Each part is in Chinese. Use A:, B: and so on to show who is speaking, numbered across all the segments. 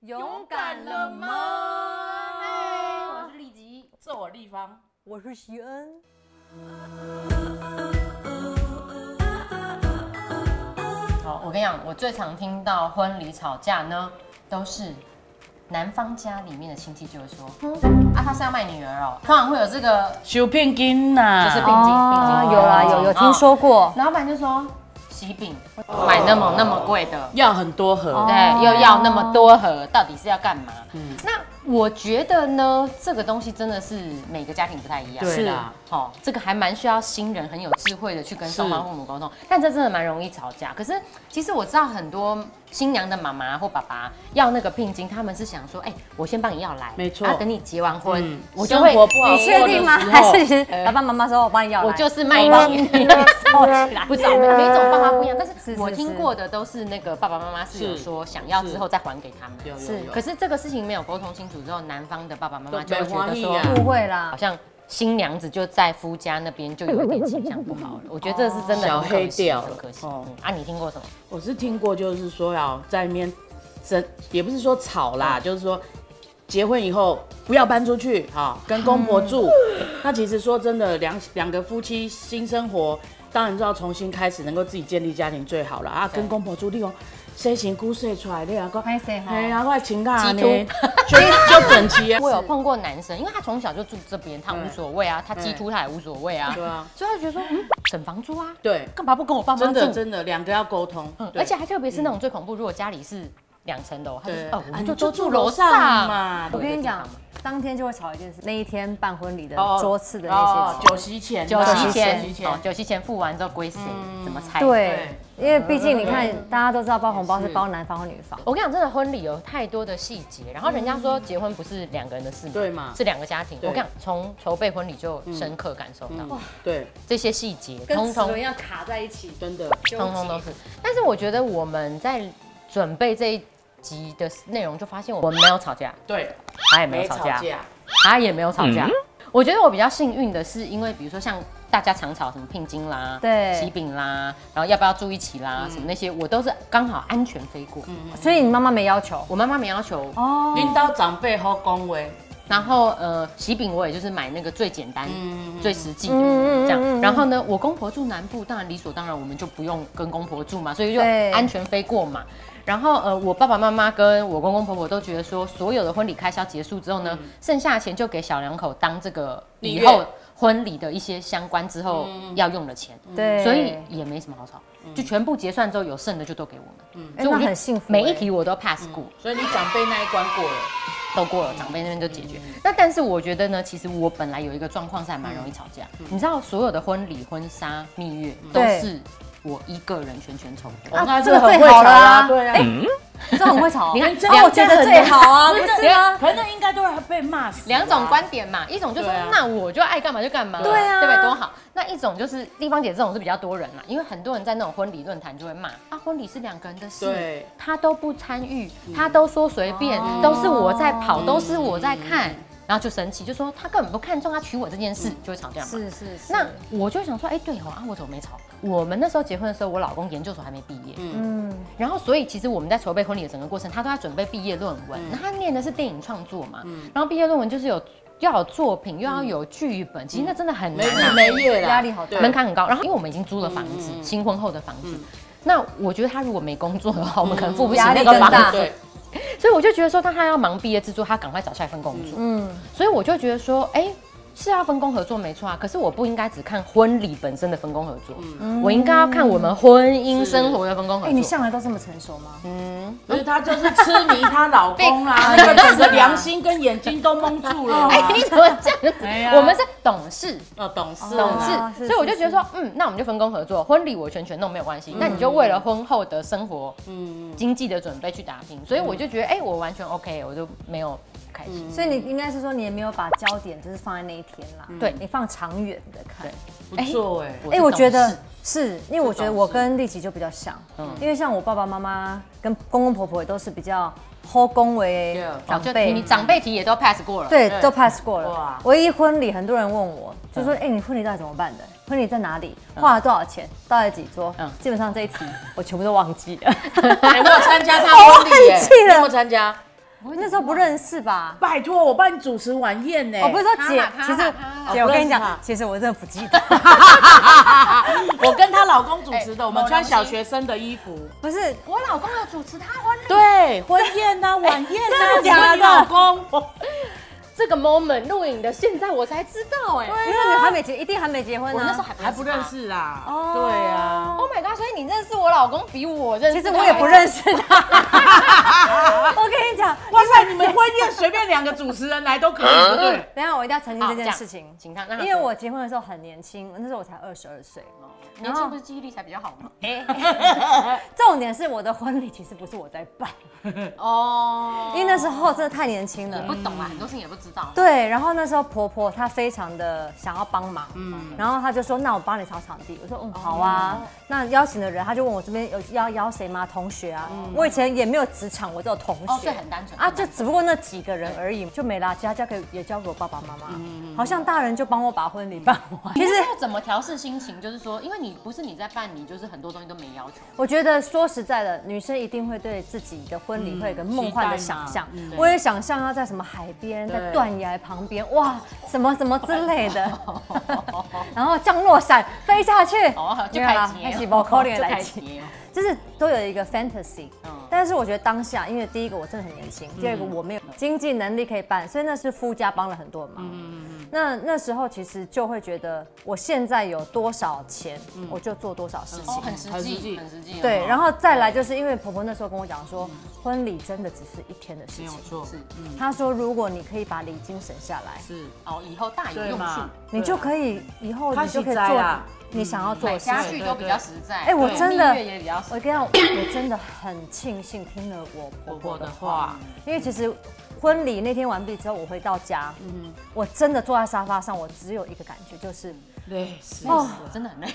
A: 勇敢了吗？
B: 我
C: 哎
B: 是立吉，
D: 这我立方，
A: 我是徐恩。
C: 好，我跟你讲，我最常听到婚礼吵架呢，都是男方家里面的亲戚就会说，嗯，啊，他是要卖女儿哦，通常会有这个
D: 修片啊金呐，
C: 就是病金，病金
A: 哦有啦，有有听，说过
C: 哦。老板就说喜饼买那么那么贵的，
D: 要很多盒，
C: 对，哎又要那么多盒，到底是要干嘛？
D: 嗯
C: 那我觉得呢，这个东西真的是每个家庭不太一样。
D: 对啦，
C: 好、这个还蛮需要新人很有智慧的去跟双方父母沟通，但这真的蛮容易吵架。可是其实我知道很多新娘的妈妈或爸爸要那个聘金，他们是想说，哎、我先帮你要来，
D: 没错
C: 啊，等你结完婚，
D: 嗯
C: 我就会
D: 生活不好
A: 你确定吗？
D: 过的时候
A: 还是其实
C: 呃
A: 爸爸妈妈说我帮你要来？
C: 我就是卖你，
D: 哦
C: 不是每种爸妈不一 样，但
A: 是
C: 是
A: 是
C: 我听过的都是那个爸爸妈妈是有
D: 是
C: 说想要之后再还给他们。
D: 有有
A: 是
D: 有，
C: 可是这个事情没有沟通清楚之后，男方的爸爸妈妈就
D: 都
C: 会觉得说
D: 没欢喜，啊
A: 误会
C: 好
A: 啦。
C: 像新娘子就在夫家那边就有一点形象不 好了。我觉得这是真的
D: 哦小
C: 很可惜
D: 黑掉了
C: 很可惜。
D: 哦
C: 嗯啊，你听过什么？
D: 我是听过，就是说要在里面争，也不是说吵啦，就是说结婚以后不要搬出去，哈，跟公婆住。那其实说真的，两两个夫妻新生活，当然就要重新开始，能够自己建立家庭最好了啊。跟公婆住，你讲谁辛苦谁出来，你啊讲，
A: 拍谁哈？
D: 哎呀，我请假呢，
C: 基督
D: 就就整齐啊。
C: 我有碰过男生，因为他从小就住这边，他无所谓啊，他鸡
D: 对
C: 突他也无所谓啊
D: 对，啊，
C: 所以他就觉得说，嗯，省房租啊，
D: 对，
C: 干嘛不跟我爸妈
D: 真的
C: 住？
D: 真的，两个要沟通
C: 嗯，，
D: 对
C: 而且还特别是那种最恐怖，如果家里是两层楼，他就
D: 对
C: 是哦，我
D: 啊
C: 们
D: 你
C: 就
D: 就
C: 都住
D: 住
C: 楼
D: 楼
C: 上
D: 上
C: 嘛
D: 嘛。
A: 我
C: 对
A: 跟你讲，当天就会吵一件事。那一天办婚礼的哦桌次的那
D: 哦
A: 些
D: 酒席前啊，
C: 酒席
D: 酒席
C: 钱，哦
D: 前，嗯
C: 酒席钱付完之后归谁？怎么拆？
A: 钱，对，因为毕竟你
C: 嗯
A: 看，大家都知道包红包是包男方或女方。
C: 我跟你讲，真的婚礼有太多的细节，然后人家说结婚不是两个人的事嘛，
D: 对嘛
C: 是两个家庭。我
D: 对
C: 跟你讲，从筹备婚礼就深刻感受到、
D: 对，
C: 这些细节，
A: 跟
C: 通
A: 齿
C: 通
A: 轮一样卡在一起，
D: 真的。
C: 通通都是。但是我觉得我们在准备这一集的内容，就发现我们没有吵架，
D: 对，
C: 他也没有吵架，，他也没有吵架。我觉得我比较幸运的是，因为比如说像大家常吵什么聘金啦、
A: 对
C: 喜饼啦，然后要不要住一起啦，什么那些，我都是刚好安全飞过。
A: 所以你妈妈没要求
C: 我妈妈没要求
A: 哦。
D: 领导长辈好恭维，
C: 然后呃，喜饼我也就是买那个最简单、最实际的、
A: 嗯嗯嗯
C: 这
A: 嗯嗯
C: 样。然后呢，我公婆住南部，当然理所当然我们就不用跟公婆住嘛，所以就
A: 对
C: 安全飞过嘛。然后呃，我爸爸妈妈跟我公公婆婆都觉得说，所有的婚礼开销结束之后呢，
A: 嗯
C: 剩下的钱就给小两口当这个
D: 蜜
C: 以
D: 月
C: 后婚礼的一些相关之后要用的钱，
A: 嗯对，
C: 嗯
A: 哎嗯
C: 所以也没什么好吵，就全部结算之后有剩的就都给我们。所
A: 哎
C: 以我
A: 那
C: 就
A: 很幸福。
C: 每一
A: 哎
C: 题我都 pass 过。
D: 所以你长辈那一关过了。
C: 都过了，长辈那边就解决。那但是我觉得呢，其实我本来有一个状况是还蛮容易吵架。你知道，所有的婚礼、婚纱、蜜月都
A: 对
C: 是我一个人全权筹备。
A: 啊
D: 哦那
A: 这个
D: 很
A: 最
D: 会
A: 好
D: 吵
A: 了啊
D: 对啊。
A: 这很会吵。
C: 你看
A: 这样我觉得最好啊，不是吗？
D: 可能应该都会被骂
A: 啊
D: 死。
C: 两种，观点嘛，一种就说、
D: 对啊
C: 那我就爱干嘛就干嘛，
A: 对啊
C: 对不对？多好。那一种就是丽芳姐这种是比较多人啦，因为很多人在那种婚礼论坛就会骂啊，婚礼是两个人的
A: 嗯
C: 事
D: 对，
C: 他都不参与，他都说随便，都是我在跑，都是我在看，然后就生气，就说他根本不看重他娶我这件事，就会吵架嘛。
A: 是是是。
C: 那我就想说，哎、对哦，啊，我怎么没吵？我们那时候结婚的时候，我老公研究所还没毕业，
A: 嗯，
C: 然后所以其实我们在筹备婚礼的整个过程，他都在准备毕业论
A: 嗯
C: 文。那他念的是电影创作嘛，然后毕业论文就是有要有作品，又
A: 嗯
C: 要有剧本，其实那真的很难
D: 没日
C: 啊，
D: 没夜啦，
A: 压力好大
D: 对
C: 门槛很高。然后因为我们已经租了房
A: 嗯
C: 子，新婚后的房子。那我觉得他如果没工作的话，我们可能付不起
A: 嗯压力
C: 那个
A: 更
C: 房
A: 大
C: 子，
D: 对，
C: 所以我就觉得说，当他要忙毕业制作，他赶快找下一份工作。嗯，所以我就觉得说，哎、是要分工合作没错啊，可是我不应该只看婚礼本身的分工合作，我应该要看我们婚姻生活的分工合
A: 嗯哎，
C: 作。
A: 你向来都这么成熟吗？
D: 嗯所以她就是痴迷她老 公啦，那个整个良心跟眼睛都蒙住
A: 哦
D: 了
C: 哎、
D: 啦。
C: 你怎么这样子？
D: 哎呀
C: 我们是董事，
D: 哦，懂事
C: 董事，
D: 啦，
A: 啊是嗯
C: 所以我就觉得说，嗯，那我们就分工合作，婚礼我全权弄没有关系，那你就为了婚后的生活、嗯，经济的准备去打拼。所以我就觉得，哎、我完全 OK，我就没有不开心。
A: 所以你应该是说你也没有把焦点就是放在那一天啦，
D: 嗯
C: 对
A: 你放长远的看。
D: 不错哎，
A: 哎、
C: 是
A: 我觉
C: 董
A: 得
C: 事
A: 是因为我觉得我跟丽琪就比较像，
D: 嗯
A: 因为像我爸爸妈妈跟公公婆婆也都是比较后恭维
D: Yeah
C: 哦
A: 长
C: 就
A: 辈，
C: 你长辈题也都 pass 过了。
A: 对
D: 对
A: 都 pass 过了
D: 哇。嗯
A: 唯一婚礼，很多人问我，就说：“哎、你婚礼到底怎么办的？婚礼在哪里？花了多少钱？到底几桌？”
C: 嗯
A: 基本上这一题我全部都忘记了。
D: 哎我有参加她婚礼
A: 哦我
D: 耶
A: 忘记了
D: 你有没有参加？
A: 那时候不认识吧？
D: 拜托，我帮你主持晚宴 呢。
A: 我哦不是说
C: 哎他
A: 姐
C: 啦，他
A: 其实
C: 啦他啦
A: 姐，我跟你
D: 哦我不认识
A: 讲
D: 他，
A: 其实我真的不记得，
D: 我跟她老公主持的，
C: 哎
D: 我们穿小学生的衣服。
A: 不是
C: 我老公有主持他婚礼，
D: 对，婚 宴呐、晚宴呐、
A: 真的假的
D: 你问你老公，
C: 这个 moment 录影的现在我才知道哎、
A: 因为你还没结，一定还没结婚呢。啊
C: 我那时候还
D: 还不认。识啦。
A: 哦
D: 对啊，
C: Oh my god！所以你认识我老公比我认识，
A: 其实我也不认
C: 识。
A: 识他。 我跟你讲，
D: 哇塞，你们婚宴随便两个主持人来都可以，对不对？
A: 等一下我一定要澄清
C: 好
A: 这件
C: 样
A: 事情，
C: 请他，让他
A: 因为
C: 说
A: 我结婚的时候很年轻，那时候我才二十二岁。
C: 年轻不是记忆力才比较好 吗？
A: 重点是我的婚礼其实不是我在办，
C: 哦
A: 因为那时候真的太年轻了
C: 也。不懂啊，很多事情也不知道。
A: 对，然后那时候婆婆她非常的想要帮忙，嗯，然后她就说：“那我帮你找场地。”我说：“
C: 哦
A: 嗯，好啊。那邀请的人，她就问我这边有要邀谁吗？同学啊，我以前也没有职场，我只有同
C: 嗯哦，
A: 学，
C: 所以很单纯
A: 啊，就只不过那几个人而已，就没啦。其他交给也交给我爸爸妈妈，
C: 嗯
A: 好像大人就帮我把婚礼办完。
C: 其
A: 其实
C: 实要怎么调试心情，就是说，因为你不是你在办，你就是很多东西都没要求。
A: 我觉得说实在的，女生一定会对自己的婚礼
C: 嗯
A: 会有一个梦幻的想象
D: 期待嘛。
A: 我也想象要在什么海边，在断崖旁边，哇，什么什么之类的， 然后降落伞飞下去，
C: 哦，就
A: 没有
C: 开
A: 啦
C: 机，
A: 还是不可能
C: 就
A: 来
C: 开
A: 及
C: 机。
A: 就是都有一个 fantasy，、
C: 嗯
A: 但是我觉得当下，因为第一个我真的很年轻，第二个我没有经济能力可以办，所以那是夫家帮了很多
C: 嗯
A: 忙。那那时候其实就会觉得，我现在有多少钱，我就做多少事情。
C: 嗯哦，很实
D: 很实
C: 际，
D: 际
C: 很实际。哦
A: 对，然
C: 后
A: 后再来就是因为婆婆那时候跟我讲说，婚礼真的只是一天的事
D: 没有
A: 情。
D: 错，
C: 是嗯
A: 她说，如果你可以把礼金省下来，
D: 是，
C: 哦，以后大有
D: 对
C: 用处
D: 嘛，？
A: 你就可以以后
D: 她
A: 你就可以
D: 喜灾
A: 做
D: 啦
A: 你想要做
C: 嗯买
A: 的事情
C: 家。具都比较实在。
A: 哎我
C: 对
A: 真的
C: 蜜月也比较实
A: 我跟你讲，我真的很庆幸听了我婆
D: 婆
A: 婆
D: 婆
A: 的
D: 的
A: 话，
D: 话，
A: 因为其实婚礼那天完毕之后，我回到家，我真的坐在沙发上，我只有一个感觉，就是
D: 累死
A: 哦
D: 了。
C: 我真的很累。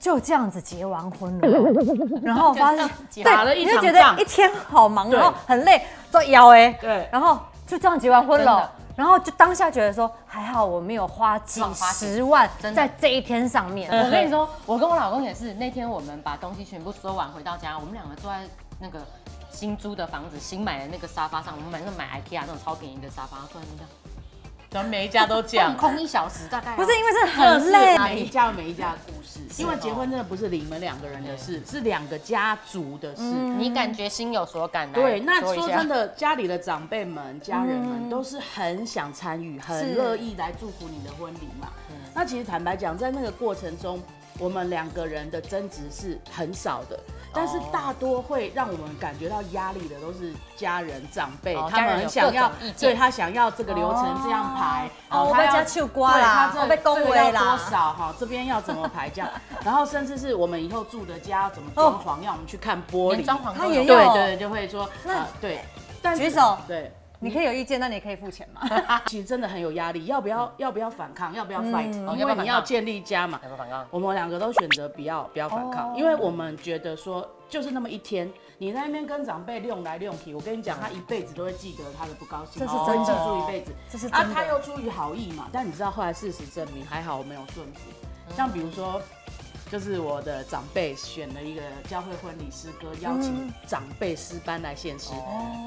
A: 就这样子结完婚了， 然后我发现，
C: 结
D: 打了一
A: 你就
D: 场
A: 觉得
D: 仗
A: 一天好忙，
D: 对
A: 然后很累，做腰哎，
D: 对
A: 然后就这样结完婚
C: 真
A: 了
C: 的。
A: 然后就当下觉得说，还好我没有花几
C: 乱花钱
A: 十万
C: 真的
A: 在这一天上 面。
C: 我跟你说，我跟我老公也是，那天我们把东西全部收完回到家，我们两个坐在那个新租的房子、新买的那个沙发上，我们买那个买 IKEA 那种超便宜的沙发，坐在那边
D: 咱们每一家都
C: 这样放空一小时，大
D: 啊
C: 概要
A: 不是因为是
D: 这
A: 很
D: 是
A: 累，
D: 每一家有每一家的故事，因为
C: 哦
D: 结婚真的不是你们两个人的事，是两个家族的事。
C: 你感觉心有所感来啊
D: 对，那
C: 嗯一
D: 说
C: 下嗯
D: 真的，家里的长辈们、家人们都是很想参与，
A: 是
D: 很乐意来祝福你的婚礼嘛。
C: 嗯
D: 那其实坦白讲，在那个过程中，我们两个人的争执是很少的，但
C: 哦
D: 是大多会让我们感觉到压力的都是家人、长辈
C: 哦，
D: 他
C: 家人
D: 们
C: 有
D: 很
C: 各
D: 想
C: 种
D: 要
C: 意，见
D: 对他想要这个流程这样排，
A: 哦
D: 哦
A: 我
D: 他
A: 被
D: 要
A: 家吃瓜啦
D: 对他这
A: 我被恭维
D: 这个要
A: 啦
D: 多少哈，这边要怎么排这样，然后甚至是我们以后住的家要怎么装潢，
A: 哦
D: 要我们去看玻璃
C: 连，装潢
A: 他
C: 都
A: 也
C: 有
A: 要
D: 对对，就会说，
A: 那
D: 呃对，但是
A: 举手
D: 对。
A: 你可以有意见，那你也可以付钱嘛。
D: 其实真的很有压力，要
A: 嗯
D: 不要要不要反抗，要不要 fight？、
C: 哦
D: 因
C: 要不要
D: 为
C: 反抗
D: 你要建立家嘛
C: 有。没有反刚？
D: 我们两个都选择不要不要反抗，因
A: 哦
D: 为我们觉得说就是那么一天，你在那边跟长辈溜来溜去，我跟你讲，他一辈子都会记得他的不高兴，
A: 这
D: 哦
A: 是真的
D: 记住一辈子。
A: 这是
D: 啊
A: 真，的
D: 他又出于好意嘛，但你知道后来事实证明还好我没有顺服，像比如说。就是我的长辈选了一个教会婚礼诗歌，邀请长辈诗班来献诗，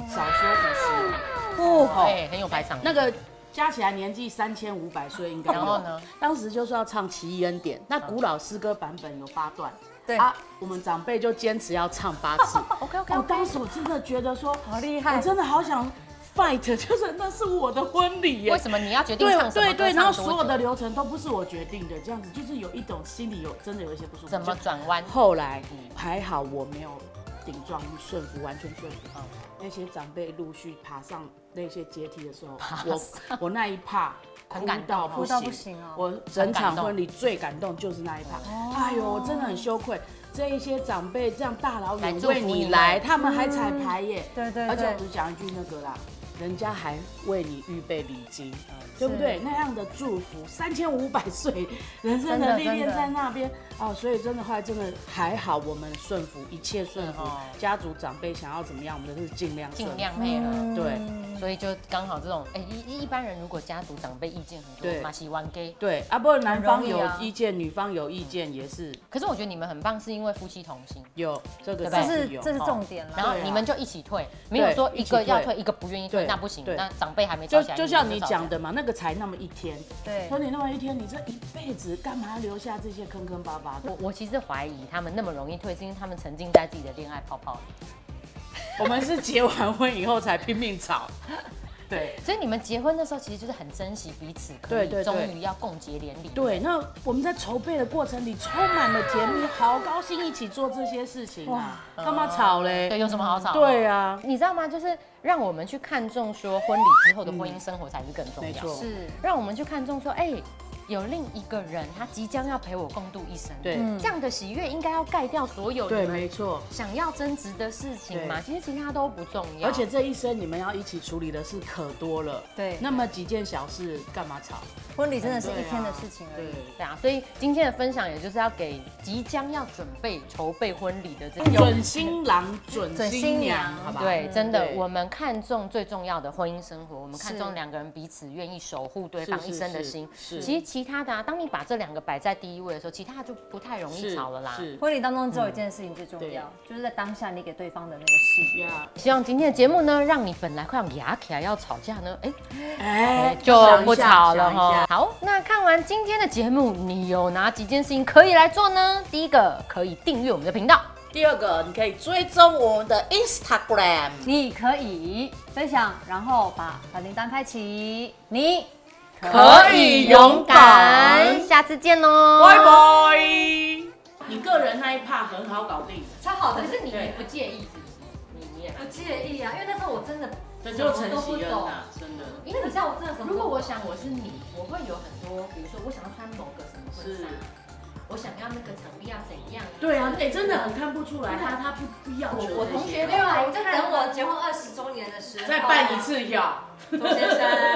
D: 少说五十
A: 不
C: 对，很有排场。
D: 哦那个加起来年纪三千五百岁应该有。
C: 然后呢？
D: 当时就说要唱《奇异恩典》，那古老诗歌版本有八段。
A: 对
D: 啊，我们长辈就坚持要唱八 次。
C: OK OK，
D: 我当时我真的觉得说，
A: 好厉
D: 我
A: 害！
D: 真的好想 fight，就是 那是我的婚礼耶
C: 哦为。什么你要决定
D: 对
C: 唱什么
D: 对
C: 歌
D: 对，然后
C: 唱
D: 所
C: 多
D: 有的
C: 久
D: 流程都不是我决定的，这样子就是有一种心里有真的有一些不舒服。
C: 怎么
D: 就
C: 转弯？
D: 后来
C: 嗯
D: 还好我没有顶撞顺服，完全顺服。那些长辈陆续爬上那些阶梯的时候，我我那一趴
C: 很
D: 哭
C: 感
D: 到
C: 动
A: 哭
D: 不
A: 到
D: 行，
A: 不行哦
D: 我整场婚礼最感动就是那一趴。哎呦，我真的很羞愧，这一些长辈这样大老
C: 来
D: 远
C: 祝福
D: 为
C: 你
D: 你
C: 们
D: 来，他们还彩排耶。
A: 对对
D: 而且我
A: 对
D: 只讲一句那个啦，人家还为你预备礼金，对不对？那样的祝福，三千五百岁人生的历
A: 真的真
D: 练
A: 的
D: 在那边哦，所以真的后来真的还好，我们顺服，一切顺服
C: 嗯哦，
D: 家族长辈想要怎么样，我们都是尽量顺服
C: 尽量配
A: 嗯
C: 合。
D: 对
C: 所以就刚好这种，哎、一一般人如果家族长辈意见很多，
D: 对
C: 马西玩 gay。
D: 对啊，不过男方
A: 很容易
D: 有
A: 啊
D: 意见，女方有意见也是
C: 可是我觉得你们很棒，是因为夫妻同心，
D: 有这个
C: 对
A: 这
D: 倒
A: 是
D: 有
A: 这是重点啦。
D: 啊
C: 然后你们就一起退，没有说一个要退，一个不愿意退，那不行
D: 对，
C: 那长辈还没
D: 就
C: 吵起来，
D: 就像你
C: 吵架
D: 讲，的嘛，那个才那么一天，
A: 对
D: 说你那么一天，你这一辈子干嘛留下这些坑坑巴巴的？
C: 我我其实怀疑他们那么容易退，是因为他们沉浸在自己的恋爱泡泡里。
D: 我们是结完婚以后才拼命吵，对。
C: 所以你们结婚的时候，其实就是很珍惜彼此，可
D: 对
C: 以
D: 对对
C: 终于要共结连理。
D: 对，那我们在筹备的过程里充满了甜蜜，好高兴一起做这些事情啊！干嘛吵
C: 对，
D: 嘞？
C: 有什么好吵？
D: 对，啊，
C: 你知道吗？就是让我们去看重说婚礼之后的婚姻生活才是更重
D: 嗯没
C: 要。
D: 错，
A: 是
C: 让我们去看重说，哎、有另一个人他即将要陪我共度一生。
D: 对
C: 这样的喜悦应该要盖掉所有
D: 对，
C: 你们
D: 没错。
C: 想要争执的事情嘛。其实其他都不重要。
D: 而且这一生你们要一起处理的事可多了，
A: 对
D: 那么几件小事干嘛吵？
A: 婚礼真的是
D: 啊
A: 一天的事情而已。
C: 对啊，所以今天的分享也就是要给即将要准备筹备婚礼的这
D: 对，
C: 种。
D: 哎准新郎准
A: 准
D: 新
A: 新
D: 娘
A: 娘，
D: 好吧？
C: 对，真的，
D: 嗯对
C: 我们看重最重要的婚姻生活，我们看
A: 是
C: 重两个人彼此愿意守护对
D: 是
C: 方
D: 是
C: 一生的
D: 是
C: 心。
D: 是
C: 其实其他的啊，当你把这两个摆在第一位的时候，其他就不太容易
D: 是
C: 吵了啦。
D: 是
A: 婚礼当中只有一件事情最重要，就是在当下你给对方的那个誓言。
D: 呀，
C: 希望今天的节目呢，让你本来快要牙起来要吵架呢，哎、
D: 哎
C: 就不吵了。
D: 想一
C: 哈
D: 下。
C: 好，那看完今天的节目，你有哪几件事情可以来做呢？第一个，可以订阅我们的频道。
D: 第二个，你可以追踪我们的 Instagram。
A: 你可以分享，然后把小铃铛开启。你
D: 可以勇敢
C: 下次见哦，
D: 拜。拜。你个人那一 part 很好搞定，
A: 超好
C: 可是你也不介意，是不是？你你也
A: 不介意啊，因为那时候我真的
D: 这就陈绮恩啊，真的。
C: 因为你知道，
A: 我真的什
C: 如果我想我是你，我会有很多，比如说我想要穿某个什么婚
D: 是
C: 纱，我想要那个场地要怎样。啊
D: 对啊，哎，真的很看不出来他他不不要求这些
C: 我同学
A: 啊没有，我就等我结婚二十周年的时候
D: 再办一，次要。
A: 周先生。